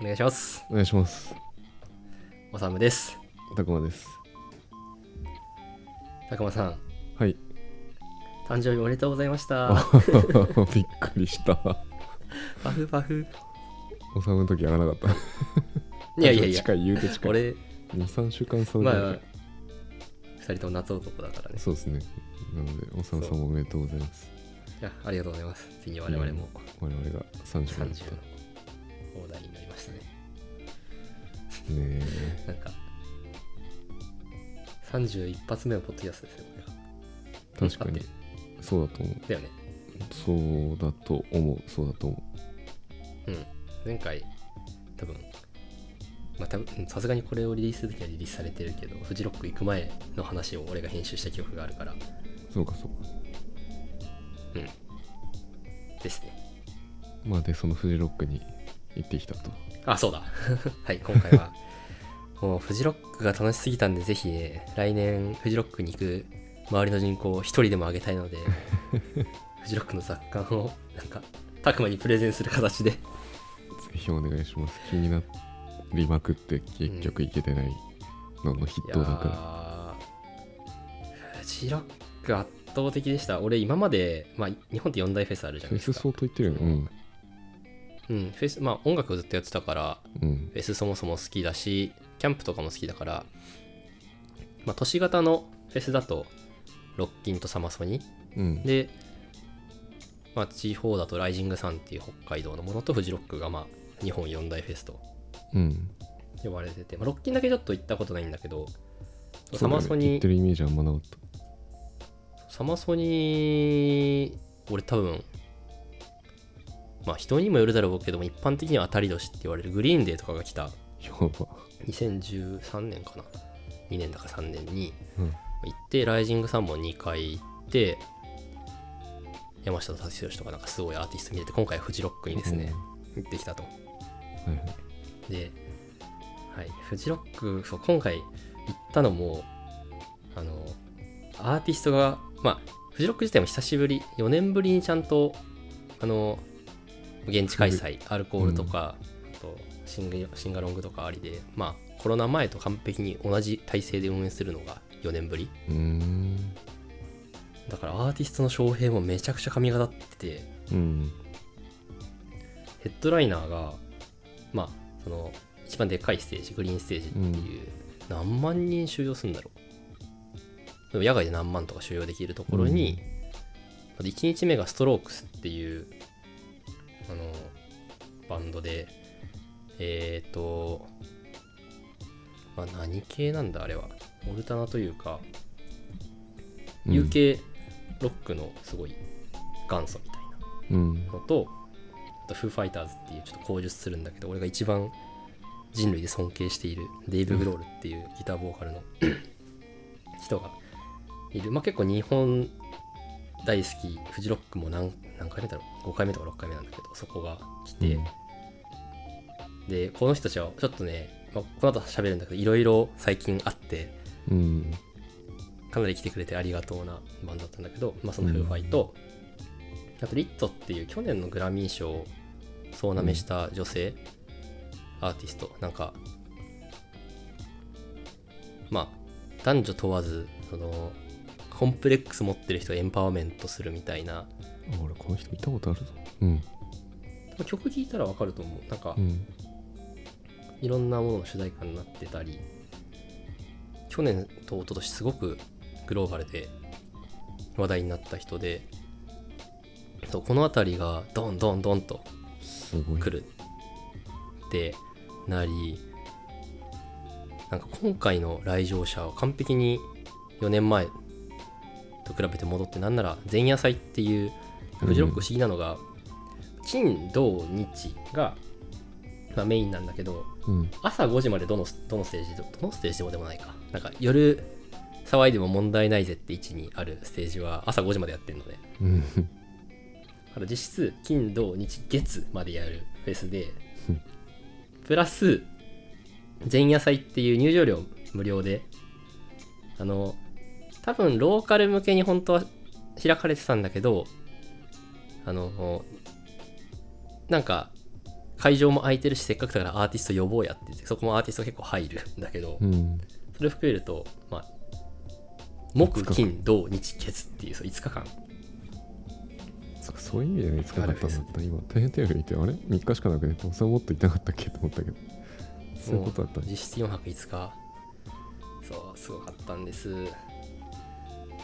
お願いします。お願いしますおさむです。たくまですたくまさん、はい 誕生日おめでとうございました。びっくりしたパフパフ。おさむの時やらなかったいやいやいや、近い言うて近い俺、 23週間差ぐまらあい、まあ、二人とも夏男だからね。そうですねなのでおさむさんもおめでとうございますいや、ありがとうございます。ついに我々も我々が30歳になっ30の大台になりましたね。たねえなんか、31発目のポッドキャストですよ、これは。確か合ってにるそうだと思うだよね。そうだと思うそうだと思うん。前回、多分まあ多分うんさすがにこれをリリースする時はリリースされてるけど、フジロック行く前の話を俺が編集した記憶があるから、うそうかそうかうん。ですね。まあでそのフジロックに行ってきたとあ、そうだ。 はい、今回は。 もうフジロックが楽しすぎたんで、ぜひ、ね、来年フジロックに行く周りの人口を一人でも上げたいので、フジロックの雑感を、なんか、たくまにプレゼンする形で、ぜひお願いします気になりまくって結局行けてないのの筆いや頭だかーフジロック圧倒的でした。俺、今まで、まあ、日本って4大フェスあるじらゃなフいェですスか。相当行ってるよねうん、フェス、まあ、音楽をずっとやってたから、うんうんフェスそもそも好きだしキャンプとかも好きだから、まあ、都市型のフェスだとロッキンとサマソニうんで、まあ、地方だとライジングサンっていう北海道のものとフジロックがまあ日本四大フェスとうん呼ばれてて、まあ、ロッキンだけちょっと行ったことないんだけどそうだよねサマソ行っニてるイメージあんまなか ったサマソニ俺多分まあ人にもよるだろうけども一般的には当たり年って言われるグリーンデーとかが来たやば2013年かな2年だか3年にうん行って、ライジングサンも2回行って山下達郎とかなんかすごいアーティスト見れて今回フジロックにですね、行ってきたとうんはいはいで、はい、フジロックそう今回行ったのもあのアーティストがまあフジロック自体も久しぶり4年ぶりにちゃんとあの現地開催アルコールとか、あとシングシンガロングとかありでまあコロナ前と完璧に同じ体制で運営するのが4年ぶりうーんだからアーティストの招聘もめちゃくちゃ髪が立っててうんヘッドライナーがまあその一番でっかいステージグリーンステージっていう、何万人収容するんだろうでも野外で何万とか収容できるところに、まず1日目がストロークスっていうあのバンドでえっ、ー、と、まあ、何系なんだあれはオルタナというかうん UK ロックのすごい元祖みたいなうんのとあとフーファイターズっていうちょっと口述するんだけど俺が一番人類で尊敬しているデイブ・グロールっていうギターボーカルの 人がいるまあ結構日本大好きフジロックも何何回目だろう5回目とか6回目なんだけどそこが来て、でこの人たちはちょっとね、まあ、この後喋るんだけどいろいろ最近あってうんかなり来てくれてありがとうなバンドだったんだけど、まあ、そのフーファイと、あとリットっていう去年のグラミー賞総なめした女性アーティスト、なんかまあ男女問わずそのコンプレックス持ってる人をエンパワーメントするみたいなあ俺この人見たことあるぞうん曲聴いたらわかると思うなんか、うんいろんなものの主題歌になってたり去年と一昨年すごくグローバルで話題になった人でそうこの辺りがドンドンドンとすごい来るってなりなんか今回の来場者は完璧に4年前と比べて戻ってなんなら前夜祭っていうフジロック不思議なのが、金土日が、まあ、メインなんだけどうん朝5時までどのどのステージでどのステージでもでもないかなんか夜騒いでも問題ないぜって位置にあるステージは朝5時までやってるのでうんだから実質金土日月までやるフェスでうんプラス前夜祭っていう入場料無料であの多分ローカル向けに本当は開かれてたんだけどあのなんか会場も空いてるしせっかくだからアーティスト呼ぼうやって言ってそこもアーティスト結構入るんだけど、うんそれを含めると、まあ、木金土日月っていうそう5日間そっかそういう意味ではいつかだったんだあるった今大変テレビ見てあれ3日しかなくねってそれもっといたかったっけと思ったけどそういうことだったんもう実質4泊5日そうすごかったんです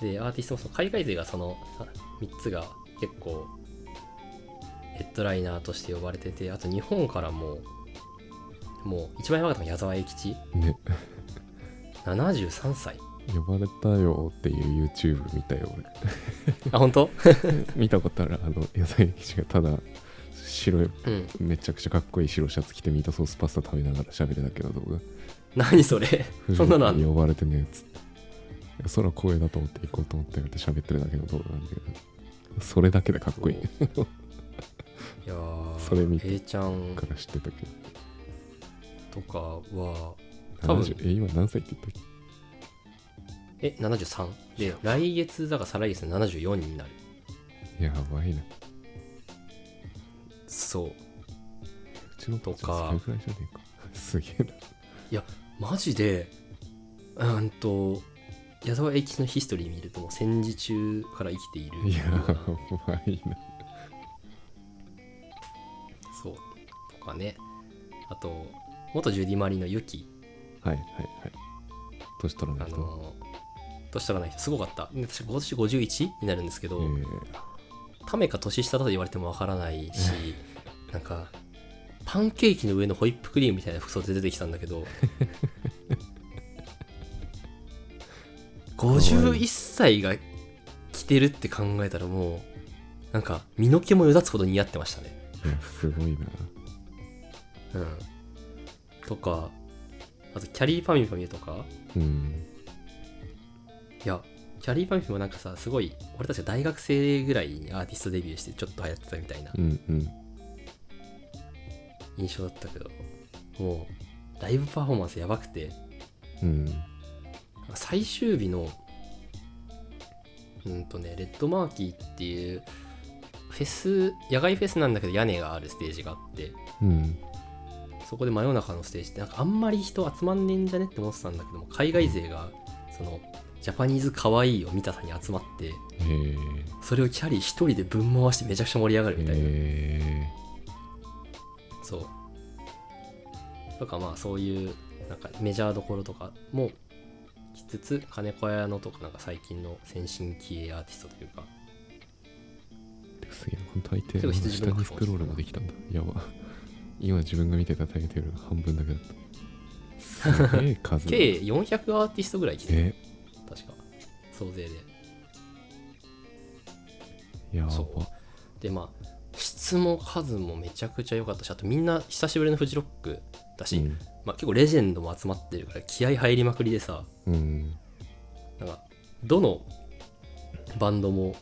でアーティストもその海外勢がその3つが結構ヘッドライナーとして呼ばれててあと日本からももう一番やばかったのが矢沢永吉ね73歳呼ばれたよっていう YouTube 見たよあ本当俺見たことあるあの野菜騎士がただ白いうんめちゃくちゃかっこいい白シャツ着てミートソースパスタ食べながら喋るだけの動画何それそんなのあんの呼ばれてねえっつっていやそら光栄だと思って行こうと思って喋ってるだけの動画なんだけどそれだけでかっこいいかそういやーそれ見て平ちゃんら知ってたけどとかは多分70え今何歳って言ったっえ73で来月だから再来月で74になるけやばいなうそうちの父ちゃとかんそれぐらいじゃねえか すげえなマジでうーんと矢沢永吉のヒストリー見るともう戦時中から生きているいよやうなばいなそうとかねあと元ジュディ・マリのユキはいはいはい年取らあないとの年取らない人すごかった私今年51になるんですけど、えータメか年下だと言われてもわからないしなんかパンケーキの上のホイップクリームみたいな服装で出てきたんだ けど51歳が着てるって考えたらもうなんか身の毛もよだつほど似合ってましたねいやすごいなうんとかあとキャリーパミュパミュとかうんいやキャリーパミュパミュもなんかさすごい俺たちが大学生ぐらいにアーティストデビューしてちょっと流行ってたみたいなうんうん印象だったけどもうライブパフォーマンスやばくてうん最終日のうんとねレッドマーキーっていうフェス野外フェスなんだけど屋根があるステージがあってうんそこで真夜中のステージってなんかあんまり人集まんねえんじゃねって思ってたんだけども海外勢がそのジャパニーズかわいいを見たさに集まってえーそれをキャリー一人でぶん回してめちゃくちゃ盛り上がるみたいな、えそうとかまあそういうなんかメジャーどころとかもしつつ金子屋のとかなんか最近の先進気鋭アーティストというかーてかすげえなこの大抵けどの羊の下格好にスクロールもできたんだやば今自分が見てたタイトルが半分だけだったすげえ 数計400アーティストぐらい来てるえ確か総勢でやばそうでまあ質も数もめちゃくちゃ良かったしあとみんな久しぶりのフジロックだし、うんまあ、結構レジェンドも集まってるから気合入りまくりでさうんなんかどのバンドも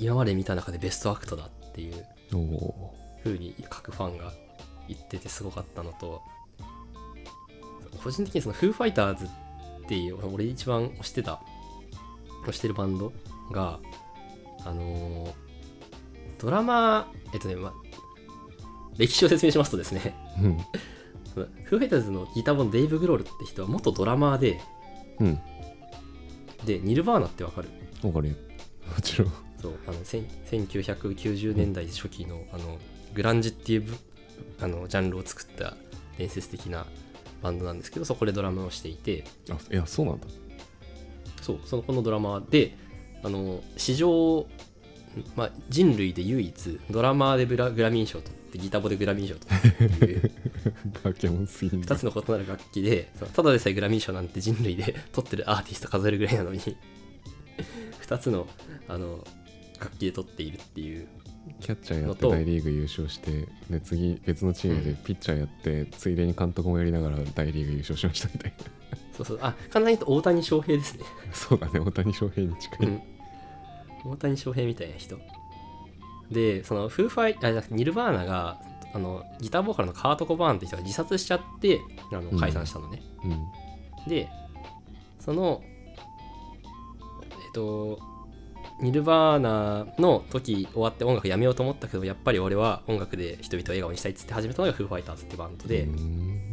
今まで見た中でベストアクトだっていうおおふうに各ファンが言っててすごかったのと個人的にそのフーファイターズっていう俺一番推してた推してるバンドがあのードラマえっとね、まあ、歴史を説明しますとですね うんフーファイターズのギターボのデイブ・グロールって人は元ドラマーでうんでニルバーナってわかるわかるよもちろんそうあのせん1990年代初期のあのグランジっていうぶあのジャンルを作った伝説的なバンドなんですけどそこでドラムをしていてあいやそうなんだそうそのこのドラマーであの史上、まあ、人類で唯一ドラマーでグラグラミー賞を取ってギターボでグラミー賞を取っていうバケモンすぎん2つの異なる楽器でそうただでさえグラミー賞なんて人類で取ってるアーティスト数えるぐらいなのに2つのあの楽器で取っているっていうキャッチャーやってのと大リーグ優勝してで次別のチームでピッチャーやってついでに監督もやりながら大リーグ優勝しましたみたいそうそうあ簡単に言うと大谷翔平ですね、なそうだね大谷翔平に近い大谷翔平みたいな人でそのフーファイあじゃなくてニルバーナがあのギターボーカルのカート・コバーンって人が自殺しちゃってあうのん解散したのね、うんでそのえっとニルバーナの時終わって音楽やめようと思ったけどやっぱり俺は音楽で人々を笑顔にしたいっつって始めたのがフーファイターズってバンドで、うん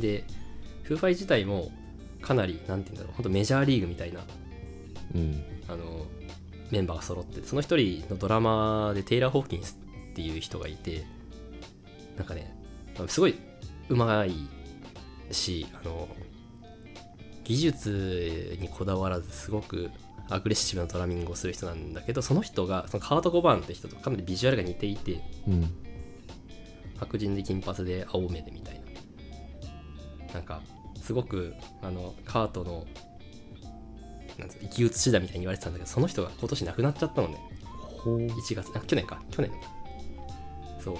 でフーファイ自体もかなりなんて言うんだろう本当メジャーリーグみたいなうんあのメンバーが揃ってその一人のドラマーでテイラー・ホーキンスっていう人がいてなんかねすごい上手いしあの技術にこだわらずすごくアグレッシブなドラミングをする人なんだけどその人がそのカート・コバーンって人とかなりビジュアルが似ていてうん白人で金髪で青目でみたいななんかすごくあのカートのなんつうの生き写しだみたいに言われてたんだけどその人が今年亡くなっちゃったのねほう1月あ去年か去年そ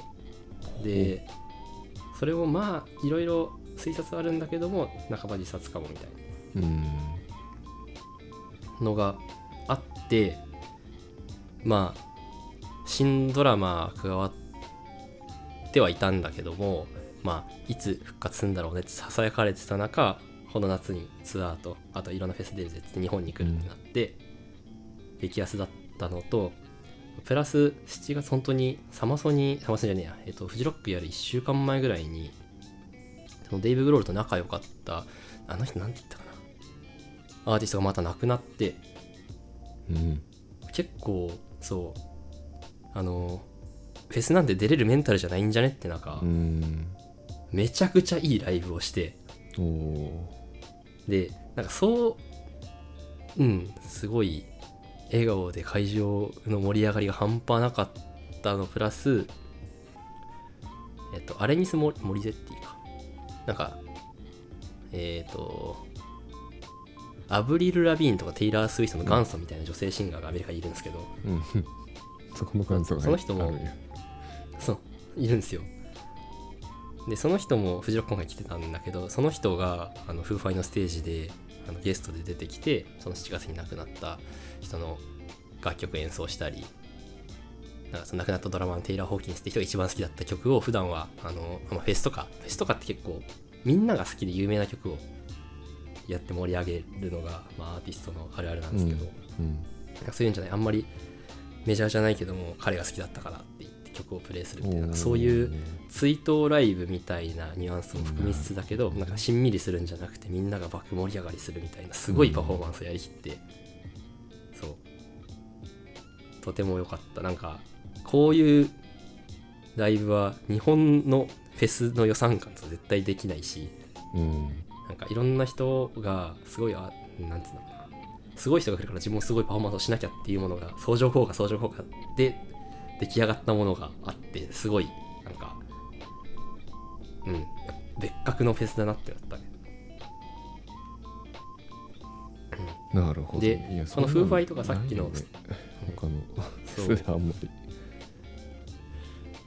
うでそれをまあいろいろ推察はあるんだけども半ば自殺かもみたいうんなのがあってまあ新ドラマ加わってはいたんだけどもまあいつ復活するんだろうねってささやかれてた中この夏にツアーとあといろんなフェス出るぜって日本に来るってなって、激安だったのとプラス7月本当にサマソニサマソニじゃねえや、えっと、フジロックやる1週間前ぐらいにそのデイブ・グロールと仲良かったあの人なんて言ったかなアーティストがまた亡くなってうん結構そうあのフェスなんて出れるメンタルじゃないんじゃねってなんか、うんめちゃくちゃいいライブをしておおでなんかそううんすごい笑顔で会場の盛り上がりが半端なかったのプラスえっとアレニスモ・モリゼッティかなんかえっ、とアブリル・ラビーンとかテイラー・スウィフトの元祖みたいな女性シンガーがアメリカにいるんですけど、うん そこの感想がその人もあるんやそういるんですよでその人もフジロック今回来てたんだけどその人があのフーファイのステージであのゲストで出てきてその7月に亡くなった人の楽曲演奏したりなんかその亡くなったドラマーのテイラー・ホーキンスって人が一番好きだった曲を普段はあのまあフェスとかフェスとかって結構みんなが好きで有名な曲をやって盛り上げるのが、まあ、アーティストのあるあるなんですけど、うんなんかそういうんじゃないあんまりメジャーじゃないけども彼が好きだったからって言って曲をプレイするみたいなおーそういう追悼ライブみたいなニュアンスも含みつつだけど、うんなんかしんみりするんじゃなくてみんなが爆盛り上がりするみたいなすごいパフォーマンスをやりきって、そうとても良かったなんかこういうライブは日本のフェスの予算感と絶対できないしうんなんかいろんな人がすごいあなんつうのかなすごい人が来るから自分もすごいパフォーマンスをしなきゃっていうものが相乗効果相乗効果で出来上がったものがあってすごいなんかうん別格のフェスだなってなったねなるほどでいこやのそんなフーファイとかさっきのないよね他のそそうれあんまり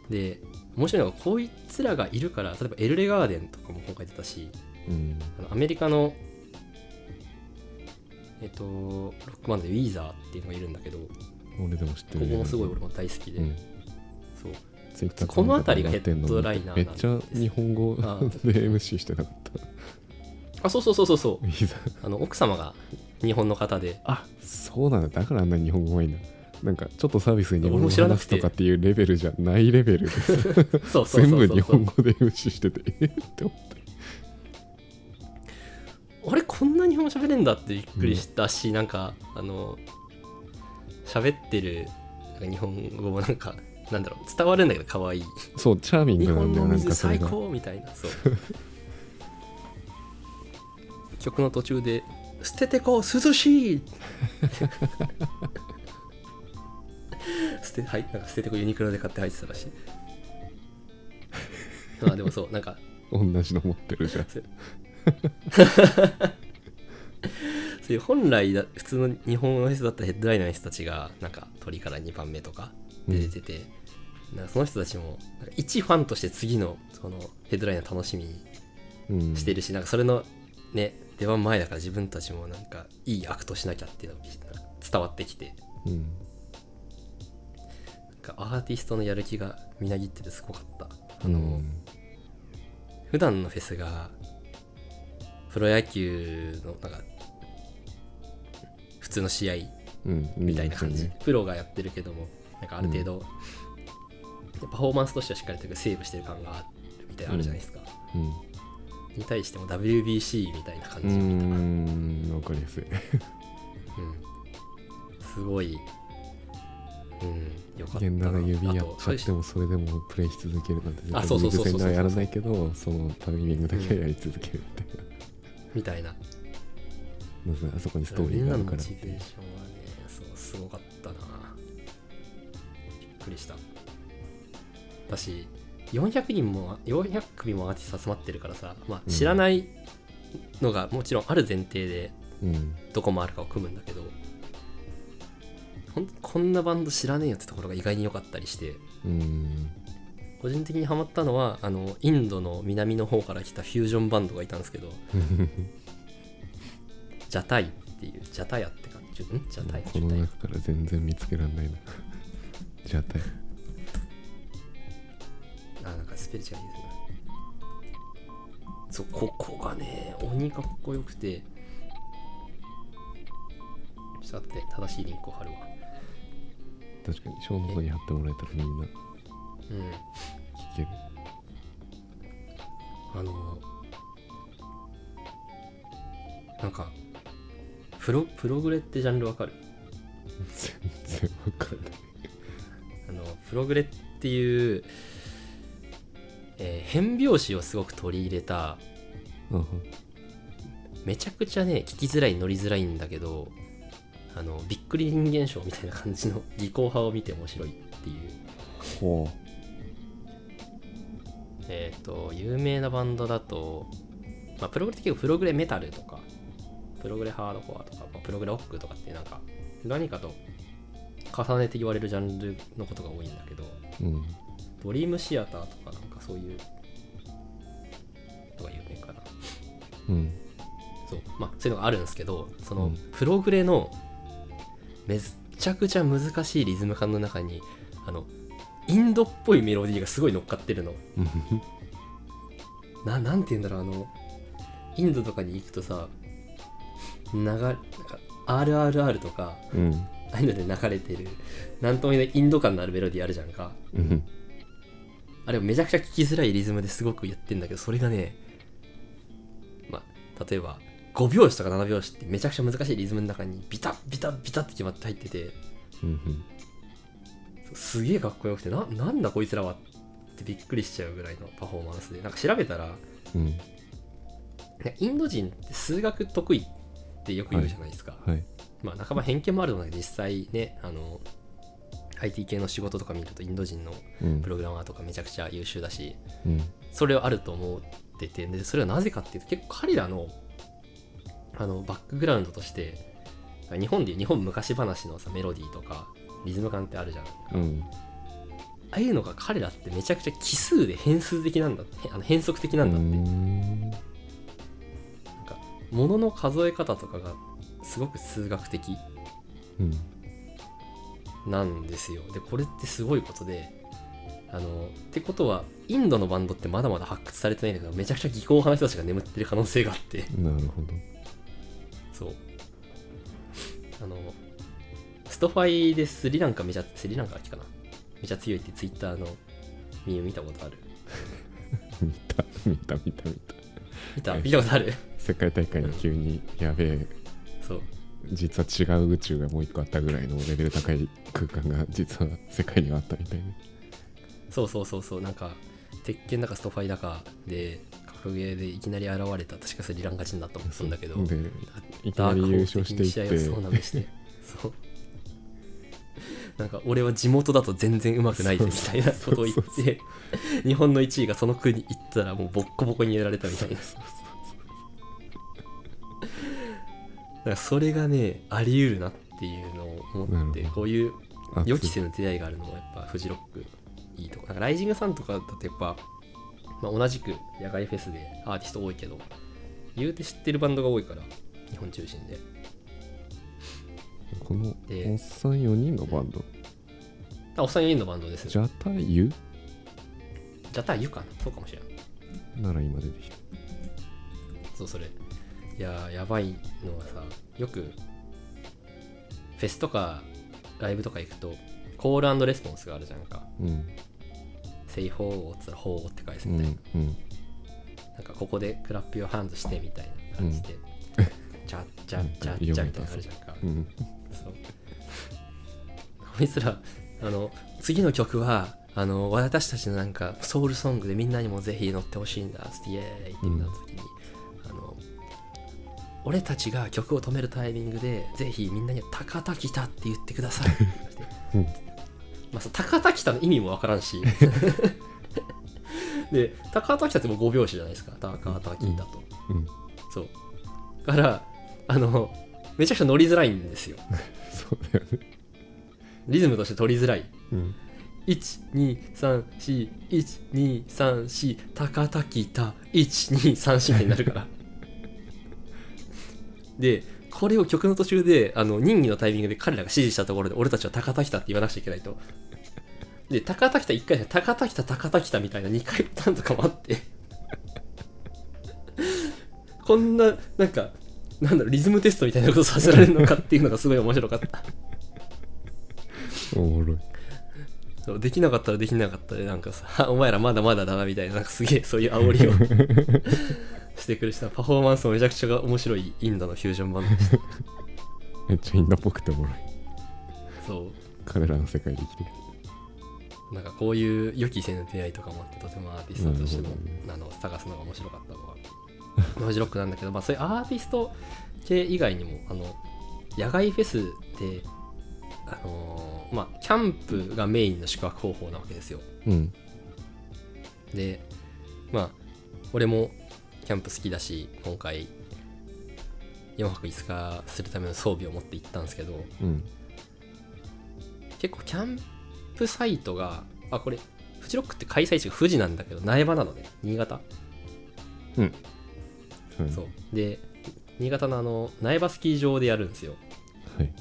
で面白いのがこいつらがいるから例えばエルレガーデンとかも今回出たしうんあのアメリカのえっとロックバンドでウィーザーっていうのがいるんだけどこ俺でも知ってこるもすごい俺も大好きで、うんそうツイッターこの辺りがヘッドライナーなんですめっちゃ日本語でああ MC してなかったあそうそうそうそうそういざあの奥様が日本の方であそうなんだだからあんなに日本語がいいんだなんかちょっとサービスに日本俺語も知らな話くすてとかっていうレベルじゃないレベルですそうそう全そう部そ日う本語で MC しててえって思ってあれこんな日本語喋れんだってびっくりしたし、なんかあの喋ってるなんか日本語もなんかなんだろう伝わるんだけど可愛いそうチャーミン日グなん本だよのなん水かそれ最が高みたいなそう 曲の途中で「捨ててこう涼しい! 」捨てはいなんか捨ててこユニクロで買って入ってたらしいまあでもそうなんか同じの持ってるじゃんそういう本来だ普通の日本の人だったらヘッドライナーの人たちがなんか鳥から2番目とかで出てて、なんかその人たちもなんか一ファンとして次のそのヘッドライナー楽しみにうんしてるし、なんかそれのね出番前だから自分たちもなんかいいアクトしなきゃっていうのが伝わってきてうんなんかアーティストのやる気がみなぎっててすごかったあの、うん普段のフェスがプロ野球のなんか普通の試合うん、みたいな感じ、見えまプロがやってるけどもなんかある程度、パフォーマンスとしてはしっかりというかセーブしてる感があるみたいなのあるじゃないですか、すよねに対しても WBC みたいな感うじ、うんんうーんわかりやすいすごい、うん、よかった現代なの指やあっとちゃってもそれでもプレイし続けるなんてあそうそうそうそうリーグ戦ではやらないけどそのタイミングだけはやり続けるみたみたいな、いななぜならあそこにストーリーがあみんなのるかモらチベーションはねそうすごかったなびっくりした私400人も400組もアーティスト集まってるからさ、まあ、知らないのがもちろんある前提でうんどこもあるかを組むんだけどほんこんなバンド知らねえよってところが意外に良かったりしてうん個人的にハマったのはあのインドの南の方から来たフュージョンバンドがいたんですけどジャタイっていうジャタヤって感じんジャタヤこジのャタヤ中から全然見つけられないなじゃあ大あなんかスペル違いですねそうここがね鬼かっこよくてちょっと待って正しいリンクを貼るわ確かにショーノートに貼ってもらえたらみんなうん聞けるあのなんかプロプログレってジャンルわかる全然わかんないあのプログレっていう、えー変拍子をすごく取り入れたあはめちゃくちゃね聞きづらい乗りづらいんだけどあのびっくり人間賞みたいな感じの 技巧派を見て面白いっていうほえっ、と有名なバンドだと、まあ、プログレって結構プログレメタルとかプログレハードコアとか、まあ、プログレロックとかってなんか何かと重ねて言われるジャンルのことが多いんだけどううんドリームシアターとかなんかそういうとか有名かなうんそう,、まあ、そういうのがあるんですけどその、うんプログレのめっちゃくちゃ難しいリズム感の中にあのインドっぽいメロディーがすごい乗っかってるのななんて言うんだろうあのインドとかに行くとさ流れなんか RRR とかうんああいうので流れてるなんとも言えないインド感のあるメロディーあるじゃんかうんあれをめちゃくちゃ聞きづらいリズムですごくやってんだけどそれがねまあ例えば5拍子とか7拍子ってめちゃくちゃ難しいリズムの中にビタッビタッビタッって決まって入っててうんすげえかっこよくてななんだこいつらはってびっくりしちゃうぐらいのパフォーマンスでなんか調べたらうんねインド人って数学得意ってよく言うじゃないですか、はいまあ半ば偏見もあるので実際ねあの IT 系の仕事とか見るとインド人のうんプログラマーとかめちゃくちゃ優秀だしうんそれはあると思っててでそれはなぜかっていうと結構彼らのあのバックグラウンドとして日本でいう日本昔話のさメロディーとかリズム感ってあるじゃんあうんあいうのが彼らってめちゃくちゃ奇数で変数的なんだってあの変則的なんだって、うんなんか物の数え方とかがすごく数学的うんなんですよでこれってすごいことであのってことはインドのバンドってまだまだ発掘されてないんだけどめちゃくちゃ技巧派の人たちが眠ってる可能性があってなるほどそうあのストファイでスリランカめちゃスリランカだっけかなめちゃ強いってツイッターのミーム見たことある見た見た見た見た見たはい見たことある 世界大会に急にやべえそう実は違う宇宙がもう一個あったぐらいのレベル高い空間が実は世界にはあったみたいなそうそうそうそうなんか鉄拳だかストファイだかで格ゲーでいきなり現れた確かスリランカ人だったと思うんだけどでいきダなークりホ優ース勝的してにいっ試合をそてうなめしてそうなんか俺は地元だと全然うまくないぜみたいなことを言そうそうっそうて日本の1位がその国行ったらもうボッコボコにやられたみたいなそうそうだからそれがねあり得るなっていうのをな思ってるほどこういうそう予期せぬ出会いがあるのもやっぱフジロックいいとこなんかライジングさんとかだとやっぱ、まあ、同じく野外フェスでアーティスト多いけど言うて知ってるバンドが多いから日本中心でこのでおっさん4人のバンドあおっさん4人のバンドですねジャタユジャタイユかなそうかもしれんなら今出てきたそうそれいやーやばいのがさよくフェスとかライブとか行くとコールレスポンスがあるじゃんかうん「セイホー」っつったら「ホー」って返すうみたいな,、んうんなんかここでクラップヨハンズしてみたいな感じで、チャッチャッチャッチャみたいなのあるじゃんか、うんそうこいつらあの次の曲はあの私たちのなんかソウルソングでみんなにもぜひ乗ってほしいんだつってイエーイってなった時に、あの俺たちが曲を止めるタイミングでぜひみんなに「高田来た」って言ってくださいって 言って、まあ、その高田来たの意味もわからんしで高田来たってもう5拍子じゃないですか高田来たと、うん そうだからあのめちゃくちゃ乗りづらいんですよそうだよねリズムとして取りづらいうん12341234高田北1234ってなるから でこれを曲の途中であの任意のタイミングで彼らが指示したところで俺たちは高田北って言わなくちゃいけないとで高田北1回じゃ高田北高田北みたいな2回パターンとかもあってこんななんかなんだろうリズムテストみたいなことさせられるのかっていうのがすごい面白かったおもろいそうできなかったらできなかったでなんかさ お前らまだまだだなみたいななんかすげえそういう煽りをしてくる人はパフォーマンスもめちゃくちゃ面白いインドのフュージョンバンドでしためっちゃインドっぽくておもろいそ彼らの世界で生きてるうなんかこういう予期せぬ出会いとかもあってとてもアーティストとしてもなるほあの探すのが面白かったのはノイジロックなんだけど、まあ、そういうアーティスト系以外にもあの野外フェスであのーまあキャンプがメインの宿泊方法なわけですようんでまあ俺もキャンプ好きだし今回4泊5日するための装備を持って行ったんですけどうん結構キャンプサイトがあこれフジロックって開催地が富士なんだけど苗場なのね新潟うんそうで新潟のあの苗場スキー場でやるんですよはい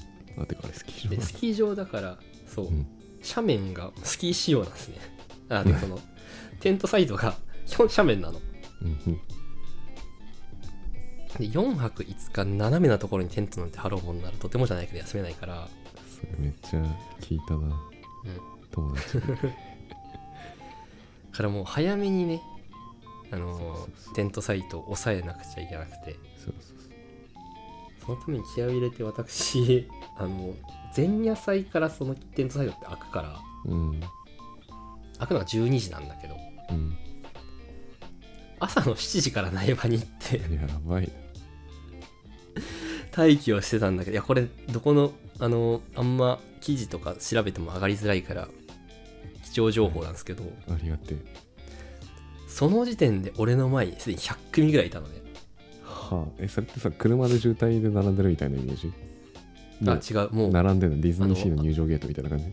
あてかあれ好きじ ゃでんスキー場だからそう、うん斜面がスキー仕様なんですねあでそのテントサイトが 基本斜面なのうんうんで4泊5日斜めなところにテントなんて張ろうもんならとてもじゃないけど休めないから、それめっちゃ聞いたなうん、友 達からもう早めにねあのーそうそうそうテントサイトを抑えなくちゃいけなくてそうそうそうそのために気合を入れて私 あの前夜祭からそのテントサイトって開くからうん開くのが12時なんだけどうん朝の7時から苗場に行 ってやばい待機をしてたんだけどいやこれどこのあのあんま記事とか調べても上がりづらいから貴重情報なんですけど、なありがてえその時点で俺の前にすでに100組ぐらいいたのね。はあえそれってさ車で渋滞で並んでるみたいなイメージあで違うもう並んでるのディズニーシーの入場ゲートみたいな感じ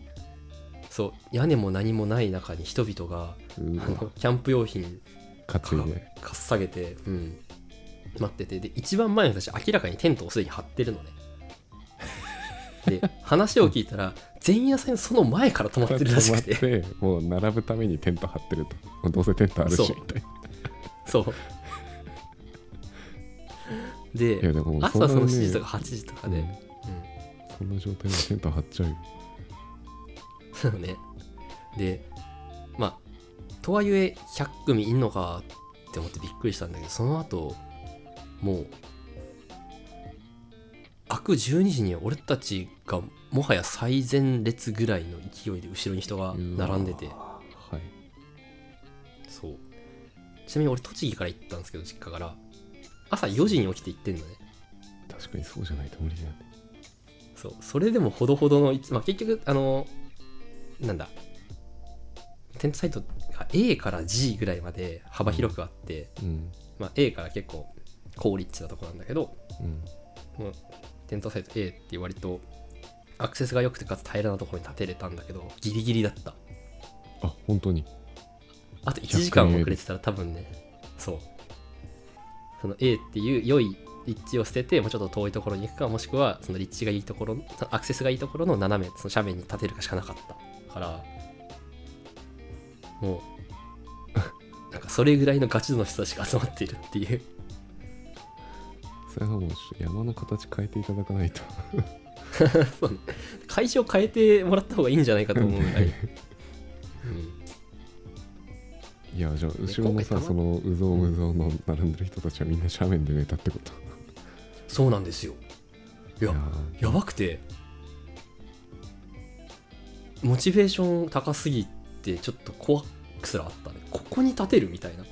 そう屋根も何もない中に人々があうのわキャンプ用品担いでかっさげて、うん、待っててで一番前の人たち明らかにテントをすでに張ってるの ね。で話を聞いたら前夜祭のその前から泊まってるらしくて止まってもう並ぶためにテント張ってるともうどうせテントあるしそうみたいなそう。いやででも朝その7ね時とか8時とかで、うんそんな状態でテント張っちゃうよ そうね。で、まあ、とはいえ100組いんのかって思ってびっくりしたんだけど、その後、もう、開く12時には俺たちがもはや最前列ぐらいの勢いで後ろに人が並んでてう、わはいそう。ちなみに俺栃木から行ったんですけど、実家から。朝4時に起きて行ってんのね。確かにそうじゃないと無理だよねそうそれでもほどほどの位置、まあ、結局あのなんだテントサイトが A から G ぐらいまで幅広くあって、うんまあ、A から結構高立地なとこなんだけどうんもうテントサイト A って割とアクセスが良くてかつ平らなところに建てれたんだけどギリギリだったあ本当にあと1時間遅れてたら多分ねそうその A っていう良い立地を捨ててもうちょっと遠いところに行くかもしくはその立地がいいところアクセスがいいところの斜めその斜面に立てるかしかなかったからもう なんかそれぐらいのガチ度の人たちが集まっているっていうそれはもう山の形変えていただかないとそうね会場変えてもらった方がいいんじゃないかと思うぐらい、 うん、 いやじゃあ後ろの今回たまさそのうぞううぞうの並んでる人たちはみんな斜面で寝たってことそうなんですよいやいややばくてモチベーション高すぎてちょっと怖くすらあったねここに立てるみたいなー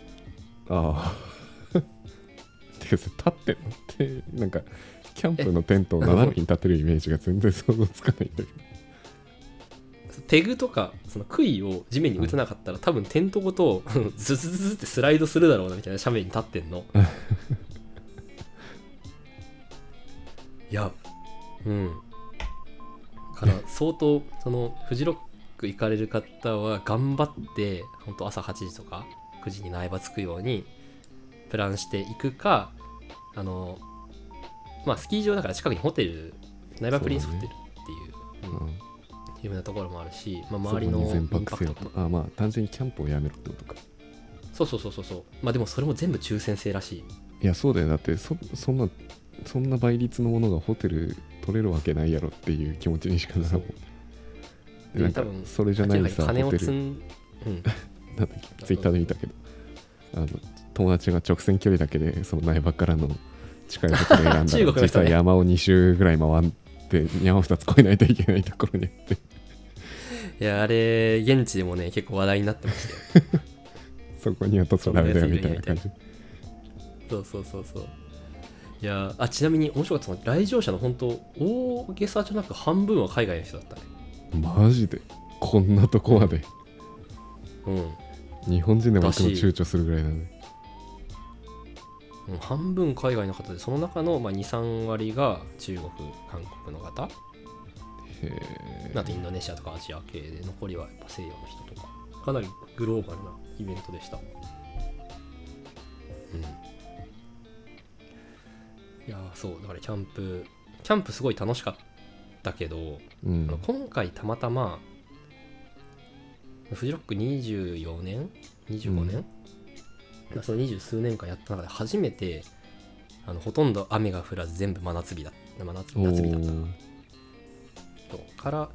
あ あてかさ立ってんのってなんかキャンプのテントを斜めに立てるイメージが全然想像つかないんだけどペグとかその杭を地面に打てなかったら多分テントごと ズズズズってスライドするだろうなみたいな斜面に立ってんのいやうんだから相当そのフジロック行かれる方は頑張って本当朝8時とか9時に苗場着くようにプランしていくかあのまあスキー場だから近くにホテル苗場プリンスホテルっていう、うんうん有名なところもあるし、まあ、そこ周りにの全民泊泊せとよかとあまあ単純にキャンプをやめろってことかそうそうそうそうそうまあでもそれも全部抽選制らしいいやそうだよだってそそんなそんな倍率のものがホテル取れるわけないやろっていう気持ちにしかならんもんうでなんかで多分それじゃな明いらかさに金ホをテ積ルんうん なんだっけツイッターで見たけどあの友達が直線距離だけでその苗場からの近いところを選んだら 中国の人ね実は山を2周ぐらい回って山を2つ越えないといけないところにあっていやあれ現地でもね結構話題になってましたよそこにやっとそダメだよみたいな感じそうそうそうそういやあちなみに面白かったのは来場者の本当大げさじゃなく半分は海外の人だったねマジでこんなとこまでうん日本人でも行くのだし躊躇するぐらいだねうん半分海外の方でその中の、まあ、23割が中国韓国の方へえあとインドネシアとかアジア系で残りはやっぱ西洋の人とかかなりグローバルなイベントでした、うん、いやーそうだからキャンプキャンプすごい楽しかったけど、うんあの今回たまたまフジロック24年25年、まあその二十数年間やった中で初めてあのほとんど雨が降らず全部真夏日だ真夏夏日だったおーとから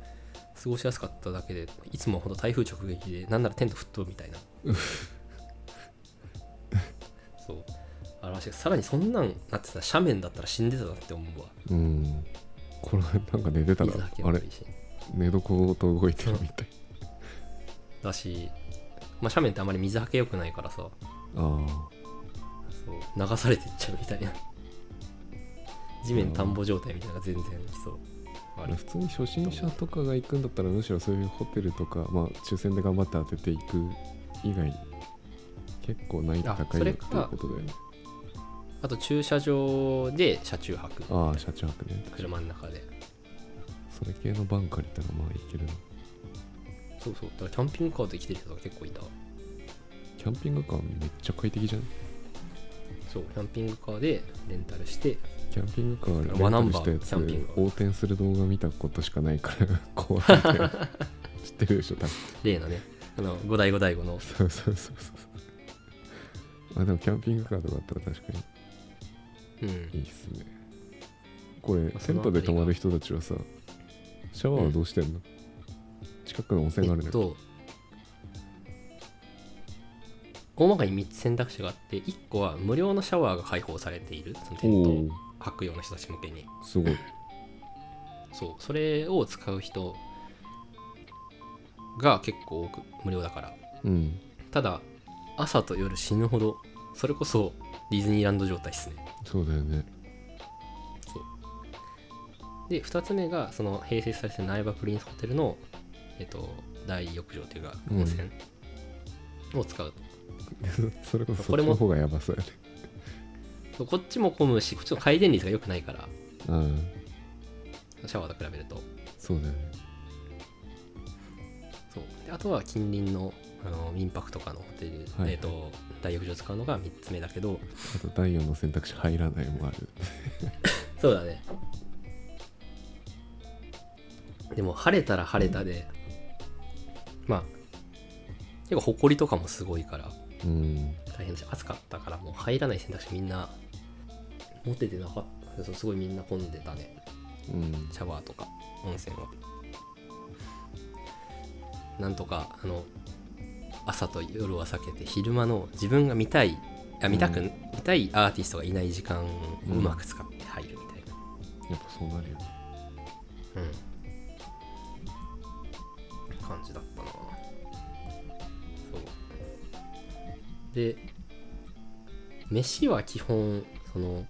過ごしやすかっただけでいつもほど台風直撃でなんならテント吹っ飛ぶみたいなそうあらしいさらにそんなんなってたら斜面だったら死んでたなって思うわうんこれなんか寝てたら水だけあもれいいし寝床と動いてるみたいだし、まあ、斜面ってあまり水はけ良くないからさあそう流されていっちゃうみたいな地面田んぼ状態みたいなのが全然そうあある普通に初心者とかが行くんだったらむしろそういうホテルとかまあ抽選で頑張って当てていく以外結構難易度高いよっていうことだよねあと駐車場で車中泊ああ車中泊ね車の中でそれ系のバン借りたらまあいけるなそうそうだからキャンピングカーで来てる人が結構いたキャンピングカーめっちゃ快適じゃんそうキャンピングカーでレンタルしてキャンピングカーレワナンンタバールしたやキャつンピングカー横転する動画見たことしかないから 怖いけど 知ってるでしょ多分例のねあの五代五代五のそうそうそうそう。あ、でもキャンピングカーとかあったら確かうんにいいっすね。これ、あテそンのトで泊まる人たちはさ、シャワーはどうしてんの、近くの温泉があるえねっ。と大まかに3つ選択肢があって1個は無料のシャワーが開放されているそのテントおをー履くような人たち向けにすごい。そうそれを使う人が結構多く無料だからうん。ただ朝と夜死ぬほどそれこそディズニーランド状態っすねそうだよね。 で2つ目がその併設されてる苗場プリンスホテルの、えっと、大浴場というかうん温泉を使うと、それこそそこっれちもの方がやばそうやね。そうこっちも混むしこっちの回転率が良くないからうん。シャワーと比べるとそうだよね。そうであとは近隣のあの民泊とかのホテル、はいはいえっと大浴場使うのが3つ目だけどあと第4の選択肢入らないもある。そうだねでも晴れたら晴れたでまあ結構埃とかもすごいからうん。大変だし暑かったからもう入らない選択肢みんな持っててなかったそうすごいみんな混んでたねうんシャワーとか温泉はなんとかあの朝と夜は避けて昼間の自分が見たいあ見たく、うん見たいアーティストがいない時間をうまく使って入るみたいな、やっぱそうなるよねうん、感じだったなそうで飯は基本その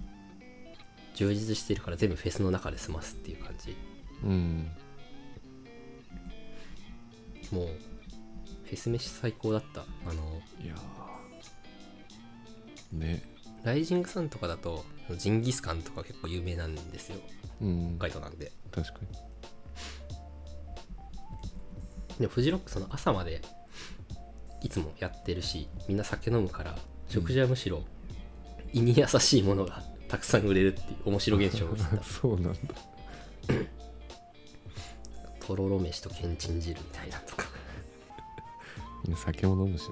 充実してるから全部フェスの中で済ますっていう感じうんもうフェス飯最高だったあのいやーねライジングさんとかだとジンギスカンとか結構有名なんですようん北海道なんで確かでフジロックその朝までいつもやってるしみんな酒飲むから食事はむしろ胃に優しいものがたくさん売れるっていう面白現 象を起きにそうなんだたとろろ飯とけんちん汁みたいなのとかみんな酒も飲むし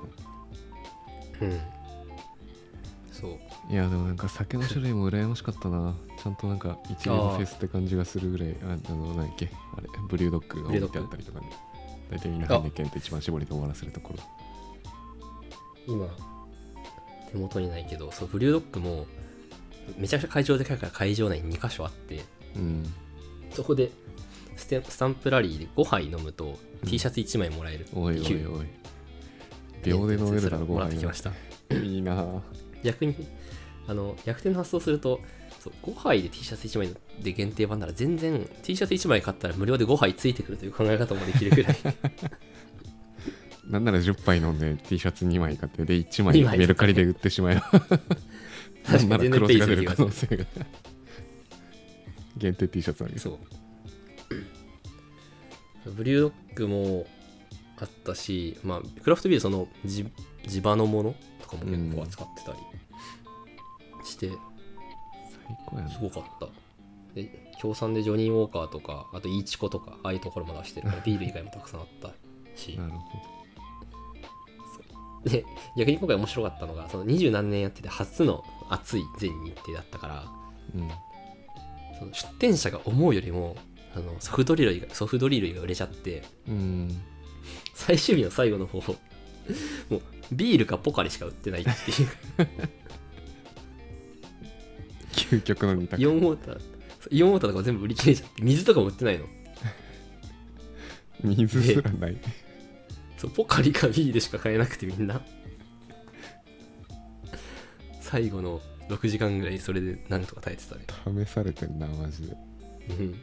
なうんそういやでもなんか酒の種類も羨ましかったなちゃんとなんか一流のフェスって感じがするぐらいああの何やっけあれブリュードッグが置いてあったりとかね大体みんなあハイネケンって一番絞りで終わらせるところ今手元にないけどそうブリュードッグもめちゃくちゃ会場でかいから会場内に2箇所あってうんそこでステスタンプラリーで5杯飲むと T シャツ1枚もらえるっていうおいおいおい秒で飲めるからごもらっ飯てきましたいいなぁ逆にあの逆転の発想するとそう5杯で T シャツ1枚で限定版なら全然 T シャツ1枚買ったら無料で5杯ついてくるという考え方もできるぐらいなんなら10杯飲んで T シャツ2枚買ってで1枚二枚メルカリで売ってしまえばな確んかなにら 全然黒ペ字イがする出る気が可す能る性が限定 T シャツなんですそうブリュードッグもあったし、まあ、クラフトビールその地地場のものとかも結構扱ってたりして、最高やなすごかったで協賛でジョニー・ウォーカーとかあとイチコとかああいうところも出してるからビール以外もたくさんあったしなるほで逆に今回面白かったのがその二十何年やってて初の熱い全日程だったからどうんその出店者が思うよりもあのソフトドリルがソフトドリルが売れちゃってうん最終日の最後の方もうビールかポカリしか売ってないっていう究極の2択イオンウォーターそうイオンウォーターとかも全部売り切れちゃって水とかも売ってないの水すらないそうポカリかビールしか買えなくてみんな最後の6時間ぐらいそれでなんとか耐えてたね試されてんなマジでうん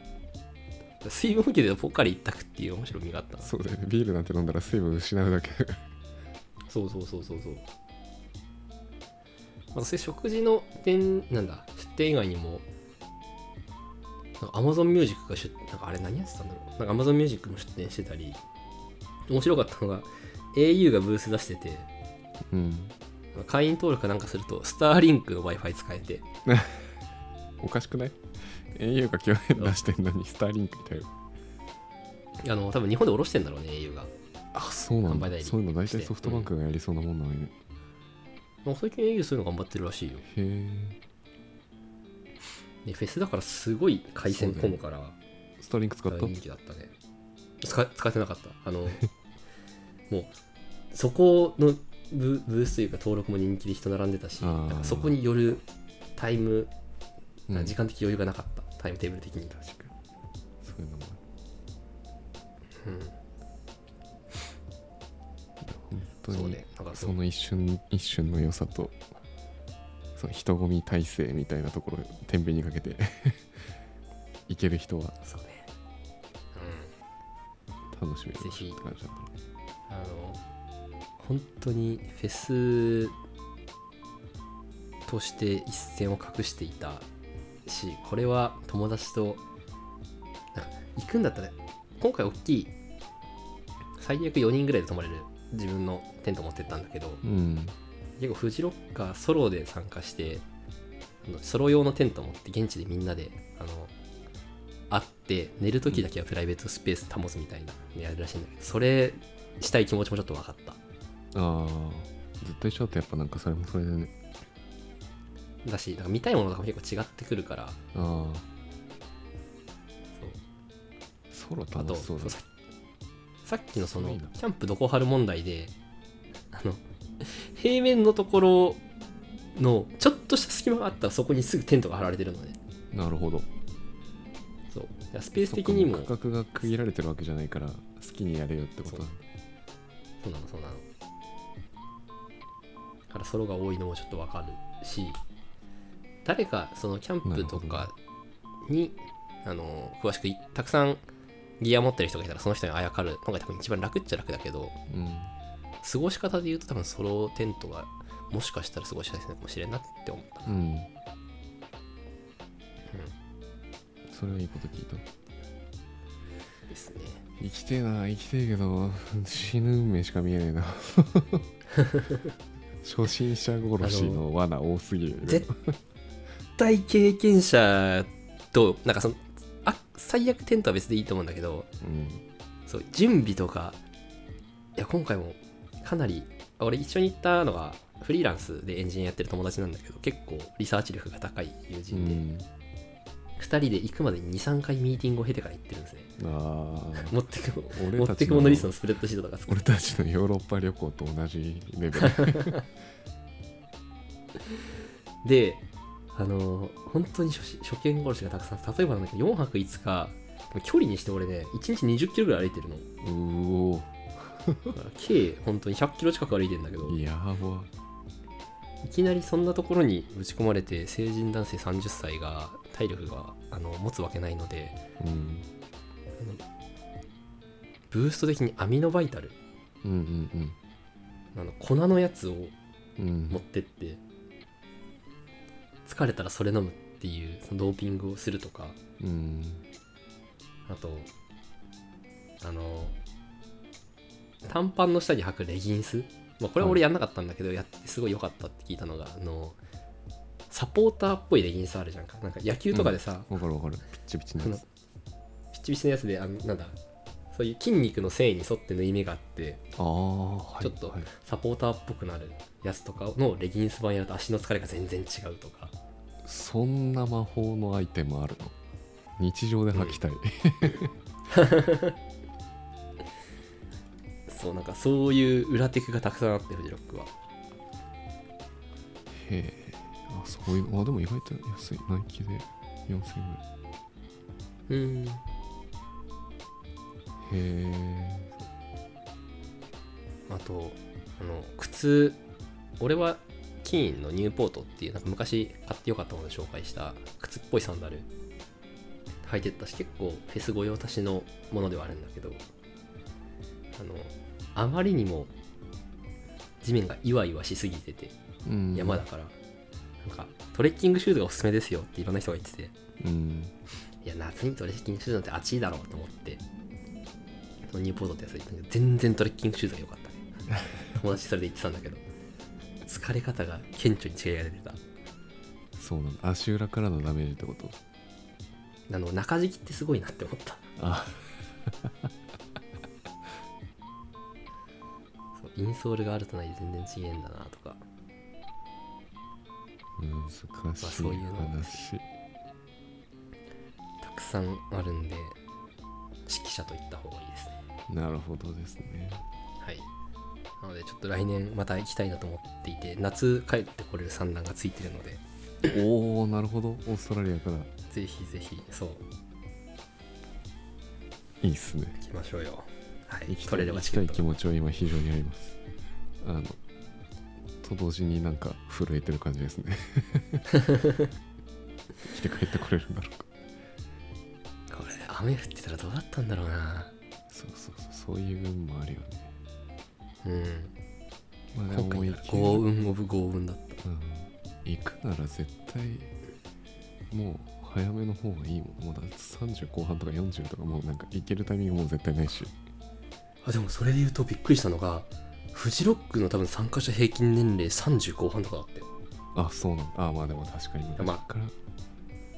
水分補給でポカリ一択っていう面白みがあったなそうだよねビールなんて飲んだら水分失うだけだからそうそうそうそうそう。まあ、そして食事の点、なんだ、出店以外にも、なんか Amazon Music が出、なんかあれ何やってたんだろう。なんか Amazon Music も出店してたり、面白かったのが、au がブース出してて、うん会員登録かなんかすると、スターリンクの Wi-Fi 使えて、おかしくない au が去年出してんのにスターリンクみたいなあの、多分日本で下ろしてんだろうね、au が。あそうなん販売代だ理そういうの大体ソフトバンクがやりそうなもんなのにね、なんか最近 au そういうの頑張ってるらしいよ。へで、フェスだからすごい回線混むから。えスターリンク使った大人気だったね使使ってなかったあの もうそこのブブースというか登録も人気で人並んでたしあーなんかそこによるタイム、うん時間的余裕がなかったタイムテーブル的に、確かにそういうのもある本当そうにねなんかそそうの一瞬一瞬の良さとその人混み体制みたいなところを天秤にかけて いける人はそうね楽しめるぜひって感じだったなうんあの本当にフェスとして一線を画していたしこれは友達となんか行くんだったら今回大きい最悪4人ぐらいで泊まれる自分のテント持ってったんだけどうん結構フジロッカーソロで参加してあのソロ用のテント持って現地でみんなであの会って寝る時だけはプライベートスペース保つみたいなのやるらしいんだけどそれしたい気持ちもちょっと分かったああ絶対一緒だとやっぱなんかそれもそれでねだしなんか見たいものとかも結構違ってくるからああソロあと楽しそうだそうささっきのそすのごいなキャンプどこ張る問題であの 平面のところのちょっとした隙間があったらそこにすぐテントが張られてるのでなるほどそういやスペース的にもそっかう価格が区切られてるわけじゃないから好きにやれよってことなんだそうなのそうなのだからソロが多いのもちょっとわかるし誰かそのキャンプとかに、あの詳しくいたくさんギア持ってる人がいたらその人にあやかるのが多分一番楽っちゃ楽だけどうん過ごし方で言うと多分ソロテントがもしかしたら過ごしやすいのかもしれんなって思ったうん、それはいいこと聞いたですね生きてえな生きてえけど死ぬ運命しか見え ねえな初心者殺しの罠多すぎるよね絶対経験者となんかそのあ最悪テントは別でいいと思うんだけどうんそう準備とかいや今回もかなり俺一緒に行ったのがフリーランスでエンジニアやってる友達なんだけど結構リサーチ力が高い友う人で、ん2人で行くまでに23回ミーティングを経てから行ってるんですねあー持ってく俺持たっちてのくものリストのスプレッドシートとか作俺るたちのヨーロッパ旅行と同じレ ベルであのー本当に初初見殺しがたくさん例えばなんだけど4泊5日距離にして俺ね1日2 0キロぐらい歩いてるのうおだから計本当に1 0 0キロ近く歩いてるんだけどやばいきなりそんなところにぶち込まれて成人男性30歳が体力があの持つわけないのでうんブースト的にアミノバイタルうんうんあの粉のやつをうんうん持ってって疲れたらそれ飲むっていうそのドーピングをするとかうんあとあの短パンの下に履くレギンス、まあ、これは俺やんなかったんだけど、やってすごい良かったって聞いたのがあのサポーターっぽいレギンスあるじゃんかなんか野球とかでさ、わかるわかるピッチピチのそやのつピッチピチのやつであのなんだそういう筋肉の繊維に沿って縫い目があってああはいちょっとはいサポーターっぽくなるやつとかのレギンス版やると足の疲れが全然違うとかそんな魔法のアイテムあるの日常で履きたい、そうなんかそういう裏テクがたくさんあってフジロックはへえあそういうのあでも意外と安いナイキで4000円ぐうんらいへあとあの靴俺はキーンのニューポートっていうなんか昔買ってよかったもので紹介した靴っぽいサンダル履いてったし結構フェス御用達のものではあるんだけどあのあまりにも地面がイワイワしすぎててえ、うん、山だから、なんかトレッキングシューズがおすすめですよっていろんな人が言っててうんいや夏にトレッキングシューズなんて暑いだろうと思ってそのニューポートってやつ行ったんだけど全然トレッキングシューズが良かったね友達それで言ってたんだけど疲れ方が顕著に違いが出てたそうなんだ足裏からのダメージってことあの中敷きってすごいなって思ったあ そうインソールがあるとないで全然違えんだなとか難しいまあそういうの話たくさんあるんで指揮者と行った方がいいですねなるほどです ねはいなのでちょっと来年また行きたいなと思っていて夏帰ってこれる産卵がついてるのでおおなるほどオーストラリアからぜひぜひそういいっすね行きましょうよはい行きた取いれれば行チきケたッいト気持ちは今非常にありますあのと同時になんか震えてる感じです ね 来て帰ってこれるんだろうかこれ雨降ってたらどうだったんだろうなそうそうそうそういう運もあるよねうんまあで今回も行はける豪うん運オブ豪運だっ行くなら絶対もう早めの方がいいもんもうだって30後半とか40とかもうなんか行けるタイミングもう絶対ないしたあでもそれで言うとびっくりしたのがフジロックの多分参加者平均年齢30後半とかだってあそうなんだあまあでも確かに昔まあから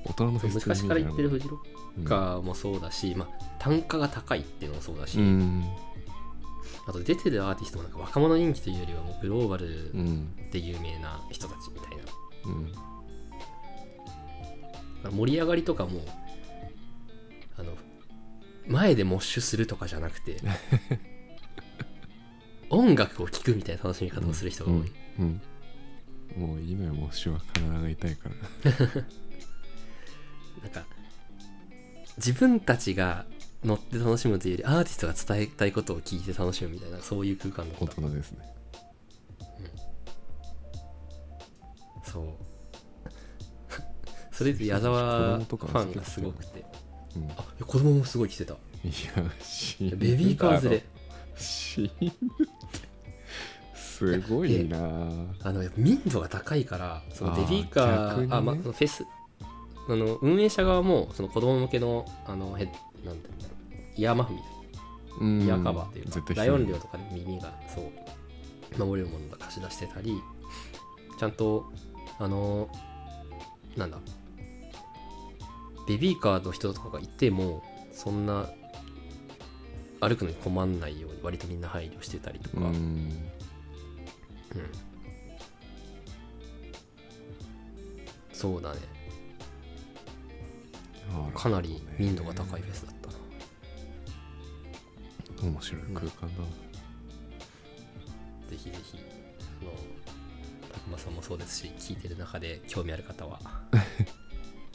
大人のフェス昔から行ってるフジジロッカーもそうだし、まあ、単価が高いっていうのもそうだし、うんあと出てるアーティストもなんか若者人気というよりはもうグローバルうんで有名な人たちみたいな、だかうんら盛り上がりとかもあの前でモッシュするとかじゃなく て音楽を聴くみたいな楽しみ方をする人が多い、うん、うんもういいのよもう手話体が痛 いからなんか自分たちが乗って楽しむというよりアーティストが伝えたいことを聞いて楽しむみたいなそういう空間だ大っ人ですねたそう それで矢沢ファンがすごくてうんいあいや子供もすごい来てたや死いぬやベビーカー連れ 死ぬすごいなぁあのやっぱ民度が高いからそのあベービーカー逆にねあ、まあ、そのフェスあの運営者側もその子供向けのあのヘッなんて言うんだろうイヤーマフみたいなうんイヤーカバーっていうか、絶大対死ぬ音量とかで耳がそう守れるものが貸し出してたりちゃんとあのなんだベビーカーの人とかがいてもそんな歩くのに困んないように割とみんな配慮してたりとか、うんうんそうだねあらかなり民度が高いフェスだったな面白い空間だなぜひぜひあのたくまさんもそうですし聞いてる中で興味ある方 は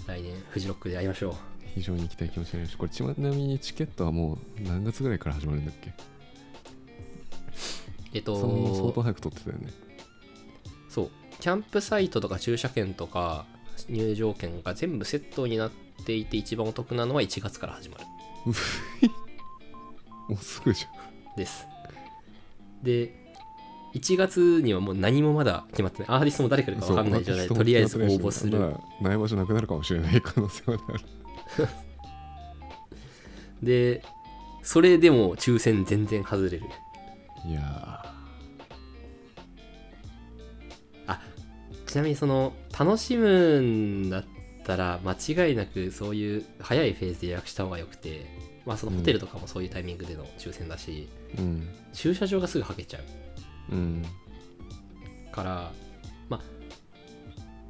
来年フジロックで会いましょう非常に行きたい気持ちになりましたこれちなみにチケットはもう何月ぐらいから始まるんだっけえっとそんな相当早く取ってたよね そうキャンプサイトとか駐車券とか入場券が全部セットになっていて一番お得なのは1月から始まるもうすぐじですで1月にはもう何もまだ決まってないアーティストも誰来ゃるんか分かんない状態でとりあえず応募すまるだない場所なくなるかもしれない可能性はあるでそれでも抽選全然外れるいやちなみにその楽しむんだったら間違いなくそういう早いフェーズで予約した方がよくて、まあ、そのホテルとかもそういうタイミングでの抽選だし、ーうん駐車場がすぐはけちゃうんうからまあ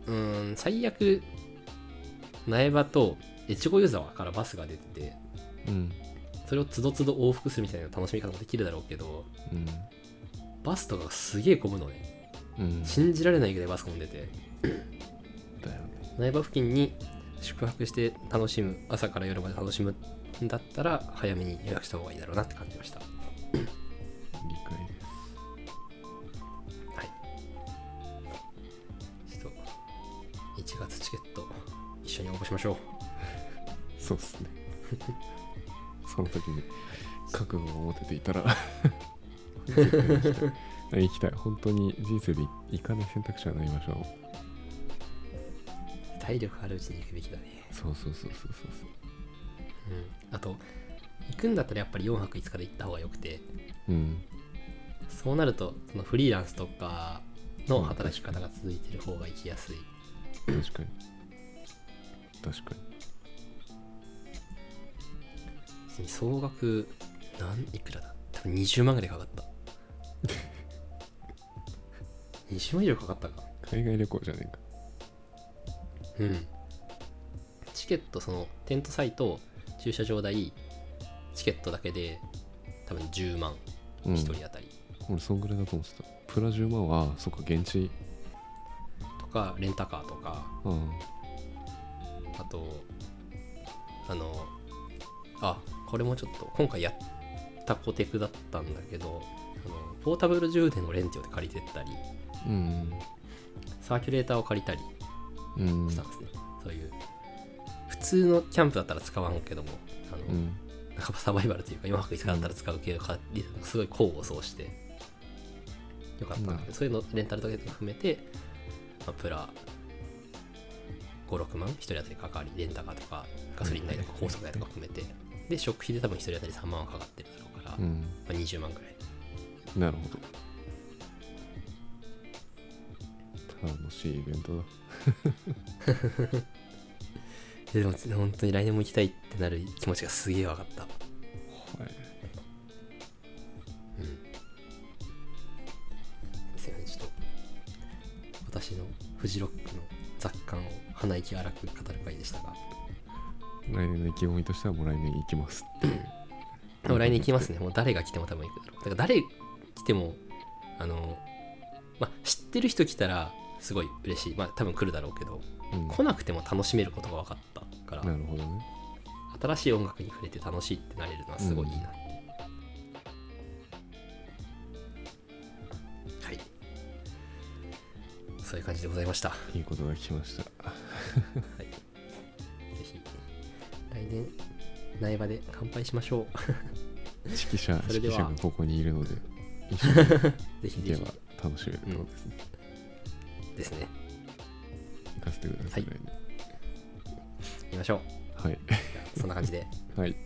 うーん最悪苗場と越後湯沢からバスが出ててうんそれをつどつど往復するみたいな楽しみ方もできるだろうけどうんバスとかがすげえ混むのねうん信じられないぐらいバス混んでてだよね苗場付近に宿泊して楽しむ朝から夜まで楽しむんだったら早めに予約した方がいいだろうなって感じました理解ですちょっと1月チケット一緒に応募しましょうそうっすね その時に覚悟を持てていた ら行きたい行きたい本当に人生で行かない選択肢はない場所体力あるうちに行くべきだねそうそうそうそうそうそううんあと行くんだったらやっぱり4泊5日で行った方がよくてうんそうなるとそのフリーランスとかの働き方が続いてる方が行きやすい確かに確か別に総額何いくらだ多分20万ぐらいかかった 20万以上かかったかに海外旅行じゃねえかうんチケットそのテントサイト駐車場代チケットだけで多分10万うん1人当たり俺そんぐらいだと思ってたプラ10万はそっか現地とかレンタカーとかあああとあのあこれもちょっと今回やったコテクだったんだけどあのポータブル充電をレンテオで借りてったりうんサーキュレーターを借りたりうんしたんですね、そういう普通のキャンプだったら使わんけどもあの、うんなんかサバイバルというか4泊5日だったら使う系を借りてすごい功を奏してよかったんだなるけほどそういうのレンタルだけ含めて、まあ、プラ56万1人当たりかかりレンタカーとかガソリン代とか高速代とか含めてで食費で多分1人当たり3万はかかってるだろうから、うまんあ、20万くらいなるほど楽しいイベントだででも本当に来年も行きたいってなる気持ちがすげえ分かったはいうんすいませんちょっと私のフジロックの雑感を鼻息荒く語る回でしたが来年の意気込みとしてはもう来年行きますっていうでも来年行きますねもう誰が来ても多分行くだろうだから誰来てもあの、まあ、知ってる人来たらすごい嬉しいまあ多分来るだろうけど、うん来なくても楽しめることが分かったから、なるほどね新しい音楽に触れて楽しいってなれるのはすごいいいな、はいそういう感じでございましたいいことが来ましたぜひ来年苗場で乾杯しましょ指揮者 それ指で揮は者がここにいるので一緒に行うぜひけぜば楽しめるってことですね、ひですね行かせてください、は来見ましょう年はいじゃあそんな感じではい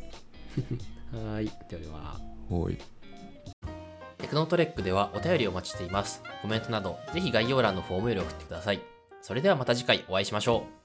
はーいではではおいテクノトレックではお便りをお待ちしています。コメントなど、ぜひ概要欄のフォームより送ってください。それではまた次回お会いしましょう。